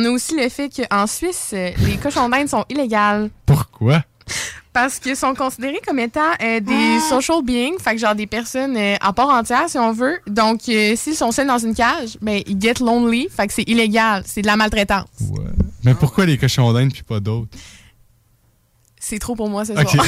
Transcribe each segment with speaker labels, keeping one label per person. Speaker 1: On a aussi le fait qu'en Suisse, euh, les cochons d'Inde sont illégales
Speaker 2: Pourquoi?
Speaker 1: parce qu'ils sont considérés comme étant euh, des social beings, fait que genre des personnes euh, à part entière, si on veut. Donc, euh, s'ils sont seuls dans une cage, ben, ils get lonely, fait que c'est illégal. C'est de la maltraitance.
Speaker 2: Ouais. Mais pourquoi les cochons d'Inde puis pas d'autres?
Speaker 1: C'est trop pour moi ce
Speaker 2: Ok.
Speaker 1: soir.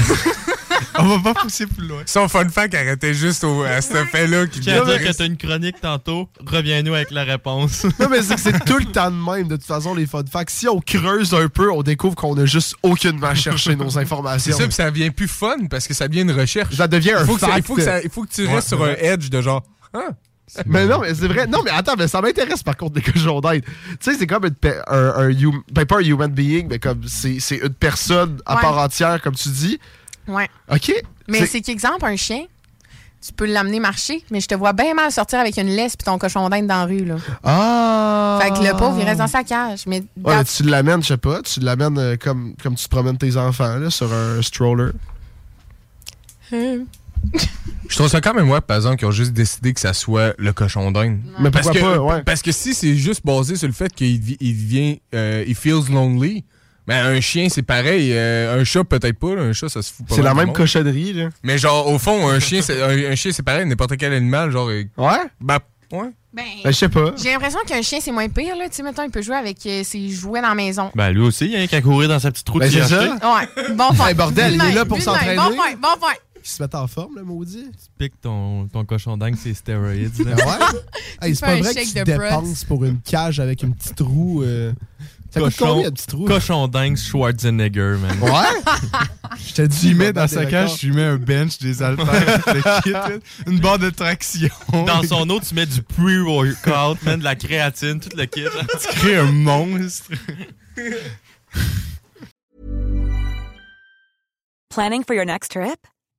Speaker 2: On va pas pousser plus loin.
Speaker 3: Son fun fact arrêtait juste au, à ce fait-là qui
Speaker 4: Tiens à dire que
Speaker 3: m'intéresse.
Speaker 4: t'as une chronique tantôt, reviens-nous avec la réponse.
Speaker 5: Non, mais c'est que c'est tout le temps de même, de toute façon, les fun facts. Si on creuse un peu, on découvre qu'on a juste aucunement cherché nos
Speaker 3: C'est
Speaker 5: informations.
Speaker 3: ça, puis ça devient plus fun parce que ça devient une recherche.
Speaker 5: Ça devient un
Speaker 3: il faut, que ça- il
Speaker 5: fact.
Speaker 3: faut que ça- il faut que tu restes
Speaker 2: Ouais,
Speaker 3: sur un
Speaker 2: ouais.
Speaker 3: edge de genre. Ah,
Speaker 5: Mais non, mais c'est vrai. Non, mais attends, mais ça m'intéresse par contre des cochons d'Inde. Tu sais, c'est comme une pe- un, un hum- ben, pas un human being, mais comme c'est c'est une personne à
Speaker 1: Ouais.
Speaker 5: part entière, comme tu dis.
Speaker 1: Ouais.
Speaker 5: OK.
Speaker 1: Mais
Speaker 5: C'est-
Speaker 1: c'est qu'exemple, un chien, tu peux l'amener marcher, mais je te vois bien mal sortir avec une laisse puis ton cochon d'Inde dans la rue. Là.
Speaker 5: Ah!
Speaker 1: Fait que le pauvre, il reste dans sa cage. Mais
Speaker 5: Ouais, mais
Speaker 1: dans-
Speaker 5: tu l'amènes, je sais pas, tu l'amènes euh, comme, comme tu te promènes tes enfants là, sur un stroller.
Speaker 1: Euh,
Speaker 3: Je trouve ça quand même ouais, par exemple, qu'ils ont juste décidé que ça soit le cochon d'Inde.
Speaker 5: Mais
Speaker 3: Parce
Speaker 5: pourquoi
Speaker 3: que,
Speaker 5: pas, ouais.
Speaker 3: parce que si c'est juste basé sur le fait qu'il vi- il devient. euh, il feels lonely, ben un chien, c'est pareil. euh, un chat, peut-être pas. là, un chat, ça se fout pas.
Speaker 5: C'est
Speaker 3: mal
Speaker 5: la
Speaker 3: du
Speaker 5: même
Speaker 3: monde.
Speaker 5: cochonnerie, là.
Speaker 3: Mais genre, au fond, un chien, c'est, un, un chien, c'est pareil. N'importe quel animal, genre. euh,
Speaker 5: Ouais?
Speaker 3: bah, ouais.
Speaker 5: Ben, je sais pas.
Speaker 1: J'ai l'impression qu'un chien, c'est moins pire. Là. Tu sais, mettons, il peut jouer avec euh, ses jouets dans la maison.
Speaker 4: ben lui aussi, il y a un qu'à courir dans sa petite route.
Speaker 5: Ben,
Speaker 4: qu'il
Speaker 5: c'est
Speaker 4: a achetée.
Speaker 5: ça.
Speaker 1: Ouais, bon point.
Speaker 5: Ben, bordel,
Speaker 1: Vu de
Speaker 5: il est
Speaker 1: même,
Speaker 5: là pour
Speaker 1: vu de même. Bon
Speaker 5: s'entraîner.
Speaker 1: point, bon point.
Speaker 5: Ils se mettent en forme, le maudit.
Speaker 4: Pique ton, ton cochon dingue, c'est stéroïdes. hein.
Speaker 5: Ben ouais. Hey,
Speaker 1: Tu fais
Speaker 5: c'est pas
Speaker 1: un
Speaker 5: vrai
Speaker 1: shake
Speaker 5: que tu
Speaker 1: de bros.
Speaker 5: dépenses pour une cage avec une petite roue. euh, Ça coûte
Speaker 4: Cochon.
Speaker 5: combien, un petit trou?
Speaker 4: cochon dingue Schwarzenegger, man.
Speaker 5: Ouais? Je te
Speaker 2: Tu
Speaker 5: dis,
Speaker 2: lui mets dans
Speaker 5: des
Speaker 2: sa cage,
Speaker 5: records.
Speaker 2: tu lui mets un bench, des haltères, le kit, là, une barre de traction.
Speaker 4: Dans son eau, tu mets du pre-workout, man, de la créatine, tout le kit.
Speaker 2: Tu crées un monstre.
Speaker 6: Planning for your next trip?